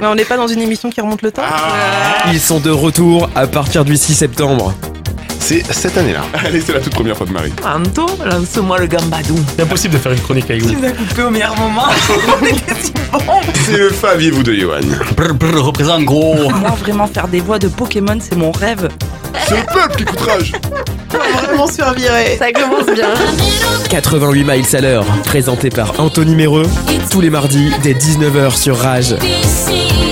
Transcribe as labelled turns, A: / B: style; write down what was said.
A: Mais on n'est pas dans une émission qui remonte le temps.
B: Ah,
C: Ils sont de retour à partir du 6 septembre.
B: C'est cette année-là. Allez, c'est la toute première fois de Marie.
D: Anto, lance-moi le gambadou.
E: Impossible de faire une chronique avec
D: Tu
E: vous.
D: m'as coupé au meilleur moment. On était si bons.
B: C'est le Faviez-vous de Johan.
F: Brr, brr, représente gros.
A: Moi, vraiment, faire des voix de Pokémon, c'est mon rêve.
B: C'est le peuple qui coûterage.
D: Vraiment surviré.
G: Ça commence bien.
C: 88 miles à l'heure, présenté par Anthony Méreux, tous les mardis dès 19h sur Rage.
H: Ici.